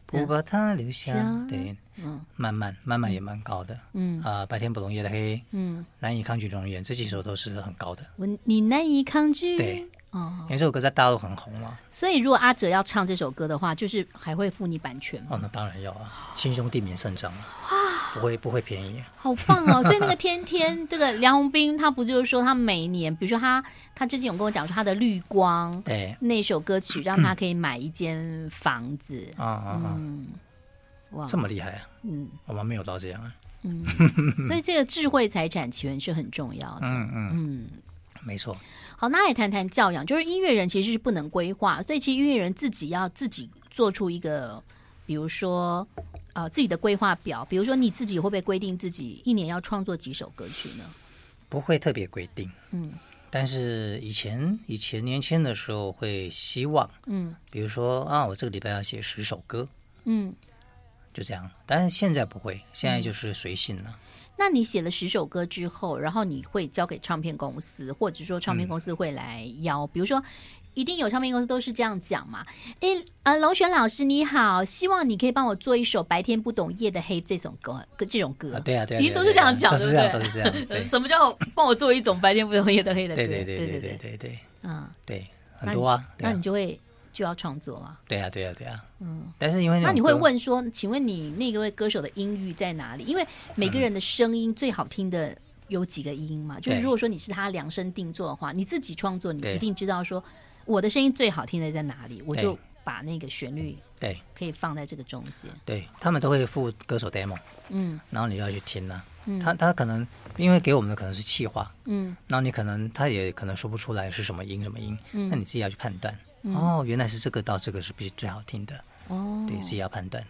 Speaker 2: 不把他留下，
Speaker 1: 想
Speaker 2: 对，
Speaker 1: 嗯
Speaker 2: 慢慢慢慢也蛮高的，
Speaker 1: 嗯
Speaker 2: 啊、白天不容夜的黑，
Speaker 1: 嗯，
Speaker 2: 难以抗拒容颜，这几首都是很高的，
Speaker 1: 我你难以抗拒。
Speaker 2: 对，
Speaker 1: 哦，
Speaker 2: 因为这首歌在大陆很红嘛，
Speaker 1: 所以，如果阿哲要唱这首歌的话，就是还会付你版权吗？
Speaker 2: 哦，那当然要啊，亲兄弟明算账嘛，啊不会不会便宜，
Speaker 1: 好棒哦！ 所以那个天天，这个梁宏斌他不就是说他每年，比如说他他之前有跟我讲说他的《绿光》
Speaker 2: 对，
Speaker 1: 那首歌曲，让他可以买一间房子。
Speaker 2: 啊啊啊，
Speaker 1: 嗯哇，
Speaker 2: 这么厉害啊，
Speaker 1: 嗯，
Speaker 2: 我们没有到这样啊，
Speaker 1: 所以这个智慧财产起源是很重要的。
Speaker 2: 嗯嗯，
Speaker 1: 嗯，
Speaker 2: 没错，
Speaker 1: 好，那也谈谈教养，就是音乐人其实是不能规划，所以其实音乐人自己要自己做出一个，比如说呃自己的规划表，比如说你自己会不会规定自己一年要创作几首歌曲呢？
Speaker 2: 不会特别规定，
Speaker 1: 嗯，
Speaker 2: 但是以前以前年轻的时候会希望，
Speaker 1: 嗯
Speaker 2: 比如说啊，我这个礼拜要写十首歌，
Speaker 1: 嗯，
Speaker 2: 就这样。但是现在不会，现在就是随性了。
Speaker 1: 那你写了十首歌之后，然后你会交给唱片公司，或者说
Speaker 2: 嗯
Speaker 1: 唱片公司会来邀，比如说。一定有唱片公司都是这样讲嘛？诶，呃，龙璇老师你好，希望你可以帮我做一首《白天不懂夜的黑》这首歌，这种歌。
Speaker 2: 啊，对啊，对啊，
Speaker 1: 一定都是这样讲，
Speaker 2: 都
Speaker 1: 对
Speaker 2: 是
Speaker 1: 不
Speaker 2: 这
Speaker 1: 对？
Speaker 2: 样，都是这 样。对，
Speaker 1: 什么叫帮我做一种白天不懂夜的黑的歌？
Speaker 2: 对对对
Speaker 1: 对
Speaker 2: 对对对对
Speaker 1: 嗯，
Speaker 2: 对，很多啊，对
Speaker 1: 那
Speaker 2: 啊
Speaker 1: 你，就会就要创作啊。
Speaker 2: 对啊，对啊，对啊。嗯，但是因为
Speaker 1: 那
Speaker 2: 种
Speaker 1: 你会
Speaker 2: 歌，
Speaker 1: 问说，请问你那个位歌手的音域在哪里？因为每个人的声音最好听的有几个音嘛？就是
Speaker 2: 对
Speaker 1: 如果说你是他量身定做的话，你自己创作，你
Speaker 2: 对
Speaker 1: 一定知道说我的声音最好听的在哪里，我
Speaker 2: 对
Speaker 1: 就把那个旋律
Speaker 2: 对
Speaker 1: 可以放在这个中间。
Speaker 2: 对，他们都会附歌手 demo，
Speaker 1: 嗯
Speaker 2: 然后你就要去听了。他他可能因为给我们的可能是气话，
Speaker 1: 嗯
Speaker 2: 然后你可能他也可能说不出来是什么音什么音，
Speaker 1: 嗯
Speaker 2: 那你自己要去判断。哦，原来是这个到这个是比最好听的，
Speaker 1: 哦
Speaker 2: 对自己要判断。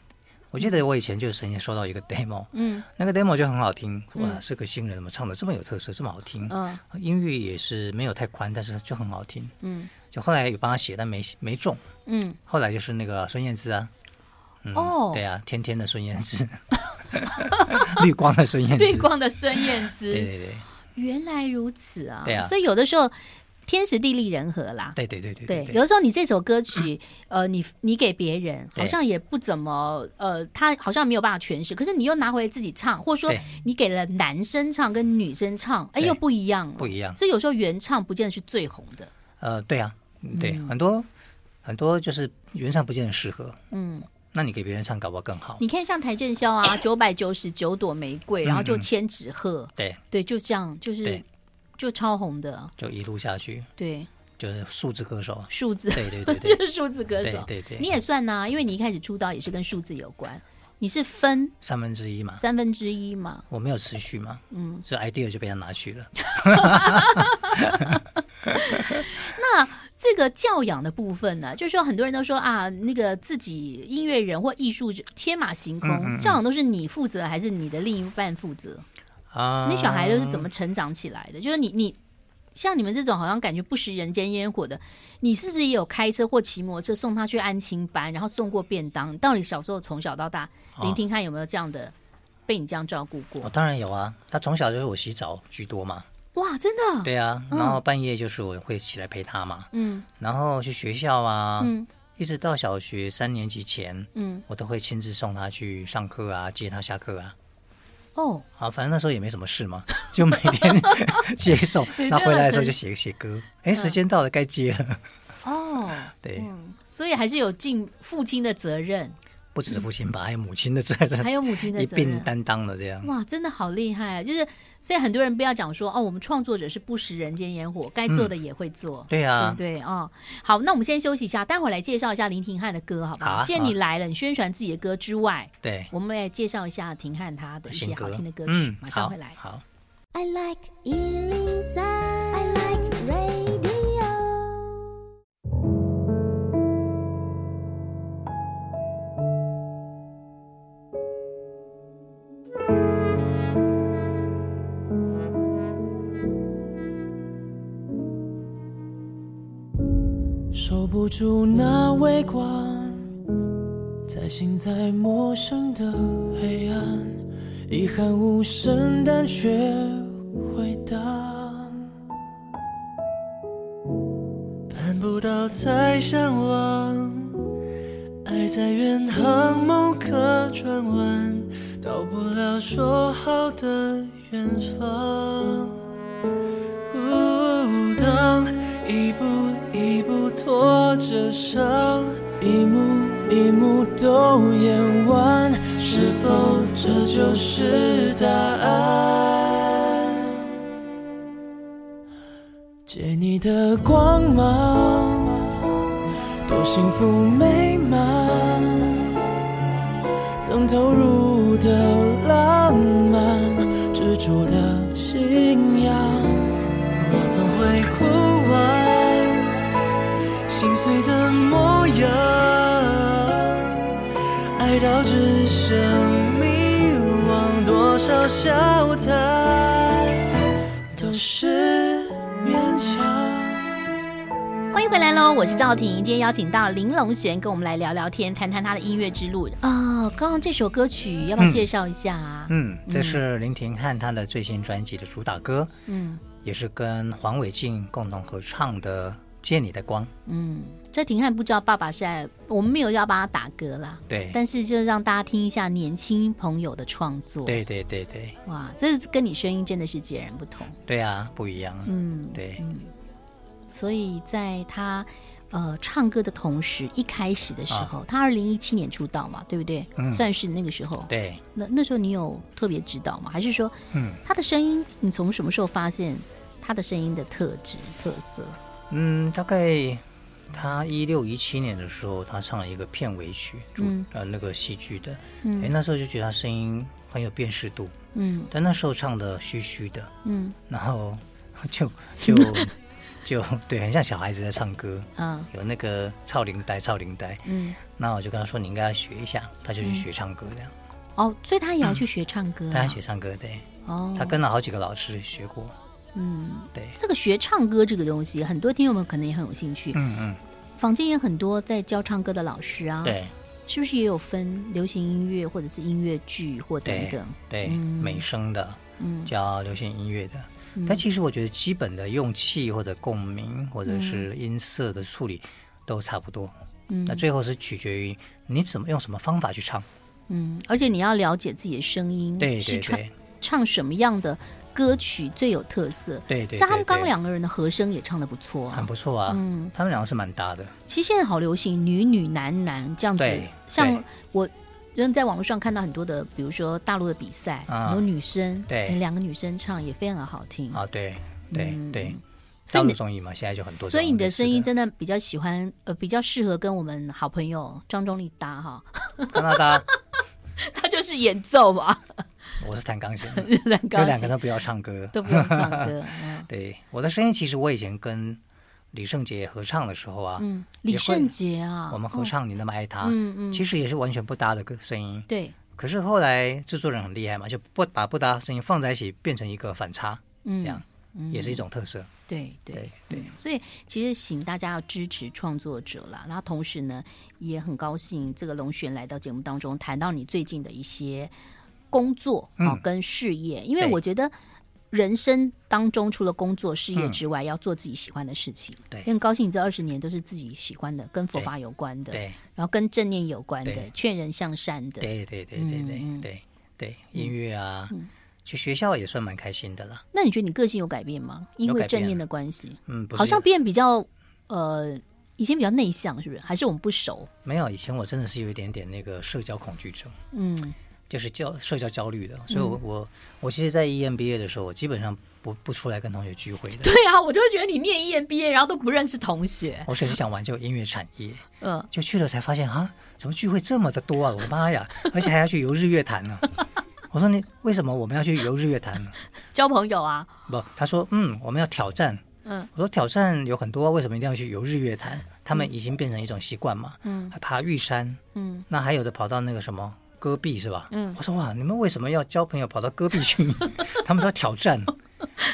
Speaker 2: 我记得我以前就曾经收到一个 demo，
Speaker 1: 嗯
Speaker 2: 那个 demo 就很好听，哇，是个新人，怎么唱的这么有特色，这么好听？
Speaker 1: 嗯
Speaker 2: 音域也是没有太宽，但是就很好听。
Speaker 1: 嗯
Speaker 2: 就后来有帮他写，但没没中。
Speaker 1: 嗯，
Speaker 2: 后来就是那个孙燕姿啊，嗯，
Speaker 1: 哦
Speaker 2: 对啊，天天的孙燕姿， 绿光的孙燕姿，
Speaker 1: 绿光的孙燕姿。
Speaker 2: 对对对
Speaker 1: 原来如此啊！
Speaker 2: 对啊
Speaker 1: 所以有的时候天时地利人和啦。
Speaker 2: 对对对对
Speaker 1: 对，
Speaker 2: 对
Speaker 1: 有的时候你这首歌 曲，呃，你你给别人
Speaker 2: 对
Speaker 1: 好像也不怎么，呃，他好像没有办法诠释，可是你又拿回来自己唱，或者说
Speaker 2: 对
Speaker 1: 你给了男生唱跟女生唱，哎，
Speaker 2: 对
Speaker 1: 又不一样了，
Speaker 2: 不一样。
Speaker 1: 所以有时候原唱不见得是最红的，
Speaker 2: 呃，对啊，对，很多很多就是原唱不见得适合，
Speaker 1: 嗯，
Speaker 2: 那你给别人唱，搞不好更好。
Speaker 1: 你看像邰正宵啊，《九百九十九朵玫瑰》，然后就《千纸鹤》，
Speaker 2: 对，
Speaker 1: 对，就这样，就是
Speaker 2: 嗯对
Speaker 1: 就超红的，
Speaker 2: 就一路下去，
Speaker 1: 对，
Speaker 2: 就是数字 歌手。
Speaker 1: 数字，
Speaker 2: 对对对 对
Speaker 1: 就是数字歌
Speaker 2: 对
Speaker 1: 手，
Speaker 2: 对对，
Speaker 1: 你也算呐、因为你一开始出道也是跟数字有关，你是分
Speaker 2: 三分之一嘛，
Speaker 1: 三分之一嘛，
Speaker 2: 我没有持续嘛，
Speaker 1: 嗯，
Speaker 2: 所以 idea 就被他拿去了。
Speaker 1: 这个教养的部分呢、就是说很多人都说啊，那个自己音乐人或艺术者天马行空，
Speaker 2: 嗯嗯嗯
Speaker 1: 教养都是你负责还是你的另一半负责？
Speaker 2: 啊，
Speaker 1: 那小孩都是怎么成长起来的？就是你你。像你们这种好像感觉不食人间烟火的，你是不是也有开车或骑摩托车送他去安亲班，然后送过便当？到底小时候从小到大，
Speaker 2: 哦
Speaker 1: 聆听看有没有这样的被你这样照顾
Speaker 2: 我
Speaker 1: 过？
Speaker 2: 当然有啊，他从小就是我洗澡居多嘛，
Speaker 1: 哇，真的，
Speaker 2: 对啊，然后半夜就是我会起来陪他嘛，
Speaker 1: 哦嗯
Speaker 2: 然后去学校啊，
Speaker 1: 嗯
Speaker 2: 一直到小学三年级前，
Speaker 1: 嗯，
Speaker 2: 我都会亲自送他去上课啊，接他下课啊，
Speaker 1: 哦，
Speaker 2: 啊，反正那时候也没什么事嘛， 就每天接 送，
Speaker 1: 你真的
Speaker 2: 那回来的时候
Speaker 1: 很
Speaker 2: 就写写歌，哎，时间到了该接了，
Speaker 1: 哦，
Speaker 2: 对，
Speaker 1: 嗯，所以还是有尽父亲的责 任，
Speaker 2: 不止父亲吧，还有母亲的责
Speaker 1: 嗯还
Speaker 2: 任，
Speaker 1: 有母亲的
Speaker 2: 一
Speaker 1: 责
Speaker 2: 并
Speaker 1: 任。
Speaker 2: 担当了这样，
Speaker 1: 哇，真的好厉害啊！就是，所以很多人不要讲说哦，我们创作者是不食人间烟火，该做的也会做，
Speaker 2: 对嗯啊
Speaker 1: 不，对哦？好，那我们先休息一下，待会儿来介绍一下林廷汉的歌，好不
Speaker 2: 好
Speaker 1: 好？
Speaker 2: 啊
Speaker 1: 既然你来了，你宣传自己的歌之外，
Speaker 2: 对，
Speaker 1: 我们来介绍一下廷汉他的一些
Speaker 2: 新
Speaker 1: 好
Speaker 2: 歌
Speaker 1: 听的歌，曲
Speaker 2: 嗯，，
Speaker 1: 马上
Speaker 2: 好
Speaker 1: 回来，。
Speaker 2: 好。
Speaker 3: I like Ealing Sound. I like radio.
Speaker 4: 守不住那微光，在心在陌生的黑暗，遗憾无声，但却回荡。盼不到再向往，爱在远航，某个转弯，到不了说好的远方。呜当一步一步拖着伤，一幕一幕都演完，是否这就是答案？借你的光芒，多幸福美满。曾投入的浪漫，执着的信仰。我总会哭完心碎的模样，爱到只剩迷惘，多少笑谈都是勉强。
Speaker 1: 欢迎回来喽，我是赵婷。今天邀请到林隆璇跟我们来聊聊天，谈谈他的音乐之路啊、刚刚这首歌曲要不要介绍一下啊？
Speaker 2: 嗯，这是林廷汉他的最新专辑的主打歌，
Speaker 1: 嗯
Speaker 2: 也是跟黄伟晋共同合唱的《借你的光》。
Speaker 1: 嗯，这廷汉不知道爸爸是爱，我们没有要帮他打歌啦，
Speaker 2: 对，
Speaker 1: 但是就让大家听一下年轻朋友的创作。，
Speaker 2: 对对对对
Speaker 1: 哇，这是跟你声音真的是截然不同。
Speaker 2: 对啊，不一样。
Speaker 1: 嗯，
Speaker 2: 对，
Speaker 1: 所以在他呃唱歌的同时，一开始的时候，他二零一七年出道嘛，对不对？
Speaker 2: 啊嗯
Speaker 1: 算是那个时候。
Speaker 2: 对，
Speaker 1: 那那时候你有特别指导吗？还是说，
Speaker 2: 嗯
Speaker 1: 他的声音，你从什么时候发现他的声音的特质特色？
Speaker 2: 嗯，大概他一六一七年的时候，他唱了一个片尾曲，主、
Speaker 1: 嗯
Speaker 2: 呃那个戏剧的，哎，
Speaker 1: 嗯
Speaker 2: 那时候就觉得他声音很有辨识度，
Speaker 1: 嗯
Speaker 2: 但那时候唱的虚虚的，
Speaker 1: 嗯
Speaker 2: 然后 就就就对，很像小孩子在唱歌，
Speaker 1: 啊
Speaker 2: 有那个超龄带超龄带。
Speaker 1: 嗯
Speaker 2: 那我就跟他说你应该要学一下，他就去学唱歌这样，
Speaker 1: 哦，所以他也要去学唱歌、啊，
Speaker 2: 嗯他还学唱歌对，
Speaker 1: 哦，
Speaker 2: 他跟了好几个老师学过，
Speaker 1: 嗯，
Speaker 2: 对，
Speaker 1: 这个学唱歌这个东西，很多听友们可能也很有兴趣，
Speaker 2: 嗯嗯，
Speaker 1: 坊间也很多在教唱歌的老师啊，
Speaker 2: 对，
Speaker 1: 是不是也有分流行音乐或者是音乐剧或等
Speaker 2: 对
Speaker 1: 等？
Speaker 2: 对，
Speaker 1: 嗯
Speaker 2: 美声的，
Speaker 1: 嗯
Speaker 2: 教流行音乐的。
Speaker 1: 嗯
Speaker 2: 但其实我觉得基本的用气或者共鸣或者是音色的处理都差不多。
Speaker 1: 嗯
Speaker 2: 那最后是取决于你怎么用什么方法去唱。
Speaker 1: 嗯，而且你要了解自己的声音，
Speaker 2: 对
Speaker 1: 是
Speaker 2: 对
Speaker 1: 嗯唱
Speaker 2: 对
Speaker 1: 唱什么样的歌曲最有特色。
Speaker 2: 对对，
Speaker 1: 像他们
Speaker 2: 对
Speaker 1: 刚
Speaker 2: 对
Speaker 1: 两个人的和声也唱的不错
Speaker 2: 很
Speaker 1: 啊。
Speaker 2: 不错啊，
Speaker 1: 嗯，
Speaker 2: 他们两个是蛮搭的。
Speaker 1: 其实现在好流行女女男男这样子
Speaker 2: 对，
Speaker 1: 像
Speaker 2: 对
Speaker 1: 我。因为在网络上看到很多的，比如说大陆的比赛，
Speaker 2: 啊
Speaker 1: 有女生，
Speaker 2: 对
Speaker 1: 哎两个女生唱也非常的好听。
Speaker 2: 啊，对对
Speaker 1: 嗯
Speaker 2: 对，
Speaker 1: 所
Speaker 2: 大
Speaker 1: 以你
Speaker 2: 陆
Speaker 1: 的
Speaker 2: 综艺嘛，现在就很多这种类似。啊
Speaker 1: 所以你的声音真的比较喜欢，呃，比较适合跟我们好朋友张忠立搭哈，
Speaker 2: 加拿大，
Speaker 1: 他就是演奏嘛，
Speaker 2: 我是弹钢琴的，
Speaker 1: 两
Speaker 2: 就两个都不要唱歌。
Speaker 1: 都不用唱歌。嗯
Speaker 2: 对，我的声音其实我以前跟李圣杰合唱的时候啊，
Speaker 1: 嗯，李
Speaker 2: 也会
Speaker 1: 圣杰啊，
Speaker 2: 我们合
Speaker 1: 哦
Speaker 2: 唱《你那么爱他》，
Speaker 1: 嗯嗯
Speaker 2: 其实也是完全不搭的歌声音。
Speaker 1: 对，
Speaker 2: 可是后来制作人很厉害嘛，就不把不搭的声音放在一起，变成一个反差，
Speaker 1: 嗯，
Speaker 2: 这样也是一种特色。
Speaker 1: 对对
Speaker 2: 对。对，
Speaker 1: 所以其实请大家要支持创作者啦，然后同时呢，也很高兴这个龙璇来到节目当中，谈到你最近的一些工作啊、
Speaker 2: 嗯
Speaker 1: 跟事业，因为
Speaker 2: 对
Speaker 1: 我觉得。人生当中，除了工作、事业
Speaker 2: 嗯
Speaker 1: 之外，要做自己喜欢的事情。
Speaker 2: 对
Speaker 1: 也很高兴你这二十年都是自己喜欢的，跟佛
Speaker 2: 对
Speaker 1: 法有关的，
Speaker 2: 对
Speaker 1: 然后跟正念有关的
Speaker 2: 对，
Speaker 1: 劝人向善的。
Speaker 2: 对对对对
Speaker 1: 嗯嗯嗯
Speaker 2: 对对对，音乐啊，去学校也算蛮开心的啦。
Speaker 1: 那你觉得你个性有改变吗？因
Speaker 2: 有
Speaker 1: 为
Speaker 2: 改
Speaker 1: 正
Speaker 2: 变
Speaker 1: 念
Speaker 2: 啊
Speaker 1: 的关系，
Speaker 2: 嗯，不是
Speaker 1: 好像变比较呃，以前比较内向，是不是？还是我们不熟？
Speaker 2: 没有，以前我真的是有一点点那个社交恐惧症，
Speaker 1: 嗯
Speaker 2: 就是焦社交焦虑的，所以我、我我其实，在 E EMBA 的时候，我基本上不不出来跟同学聚会 的，
Speaker 1: 对啊，我就会觉得你念 EMBA，然后都不认识同学。
Speaker 2: 我只是想挽救音乐产业，
Speaker 1: 嗯、
Speaker 2: 就去了才发现啊，怎么聚会这么的多啊，我的妈呀， 而且还要去游日月潭呢、我说你为什么我们要去游日月潭呢？
Speaker 1: 交朋友啊，
Speaker 2: 不，他说嗯，我们要挑战。
Speaker 1: 嗯，
Speaker 2: 我说挑战有很多，为什么一定要去游日月潭？他们已经变成一种习惯嘛。
Speaker 1: 嗯，
Speaker 2: 还爬玉山，
Speaker 1: 嗯，
Speaker 2: 那还有的跑到那个什么戈壁是吧？
Speaker 1: 嗯
Speaker 2: 我说哇，你们为什么要交朋友跑到戈壁去？ 他们说挑战。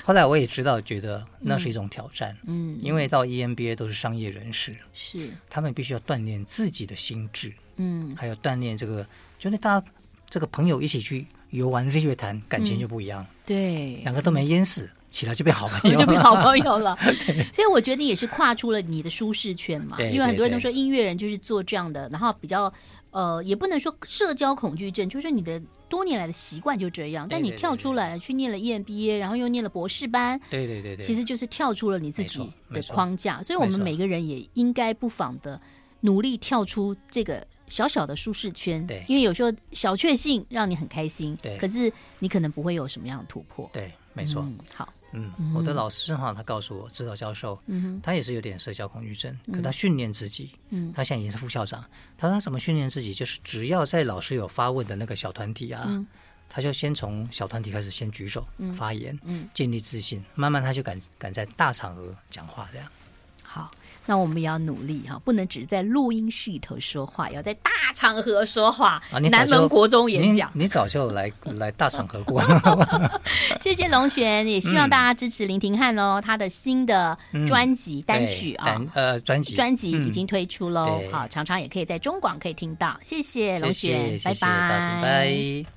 Speaker 2: 后来我也知道，觉得那是一种挑战，
Speaker 1: 嗯，
Speaker 2: 因为到 E EMBA 都是商业人士，
Speaker 1: 是，
Speaker 2: 他们必须要锻炼自己的心智，
Speaker 1: 嗯
Speaker 2: 还有锻炼这个，就是大家这个朋友一起去游玩日月潭，感
Speaker 1: 嗯
Speaker 2: 情就不一样，
Speaker 1: 对，
Speaker 2: 两个都没淹死，起来就变好朋
Speaker 1: 我
Speaker 2: 友
Speaker 1: 就
Speaker 2: 了。
Speaker 1: 变好朋友 了。所以我觉得也是跨出了你的舒适圈嘛，
Speaker 2: 对
Speaker 1: 因为很多人都
Speaker 2: 对对
Speaker 1: 说音乐人就是做这样的，然后比较呃，也不能说社交恐惧症，就是你的。多年来的习惯就这样，但你
Speaker 2: 对对
Speaker 1: 跳出来去念了 EMBA，然后又念了博士班，
Speaker 2: 对对对对，
Speaker 1: 其实就是跳出了你自
Speaker 2: 没错
Speaker 1: 己的
Speaker 2: 没错
Speaker 1: 框架，所以我们
Speaker 2: 没错
Speaker 1: 每个人也应该不妨的努力跳出这个小小的舒适圈。
Speaker 2: 对
Speaker 1: 因为有时候小确幸让你很开心，
Speaker 2: 对
Speaker 1: 可是你可能不会有什么样的突破。
Speaker 2: 对，没错。
Speaker 1: 嗯，嗯好，
Speaker 2: 嗯，我的老师哈，他告诉我，指导教授，他也是有点社交恐惧症，可他训练自己，
Speaker 1: 嗯
Speaker 2: 他现在已经是副校长，他说他怎么训练自己，就是只要在老师有发问的那个小团体啊，
Speaker 1: 嗯
Speaker 2: 他就先从小团体开始先举手、发言，
Speaker 1: 嗯
Speaker 2: 建立自信，慢慢他就敢敢在大场合讲话这样。
Speaker 1: 好，那我们也要努力哈，不能只在录音室里头说话，也要在大场合说话。
Speaker 2: 啊，你早
Speaker 1: 南
Speaker 2: 就嗯
Speaker 1: 门国中演讲，
Speaker 2: 你你早就来来大场合过，
Speaker 1: 谢谢龙璇，也希望大家支持林廷汉喽，他的新的专辑 单曲 啊，
Speaker 2: 嗯单呃专辑
Speaker 1: 专辑已
Speaker 2: 嗯
Speaker 1: 经推出喽，
Speaker 2: 对
Speaker 1: 好，常常也可以在中广可以听到。谢谢龙
Speaker 2: 谢
Speaker 1: 璇
Speaker 2: 谢，谢谢
Speaker 1: 拜
Speaker 2: 赵婷拜。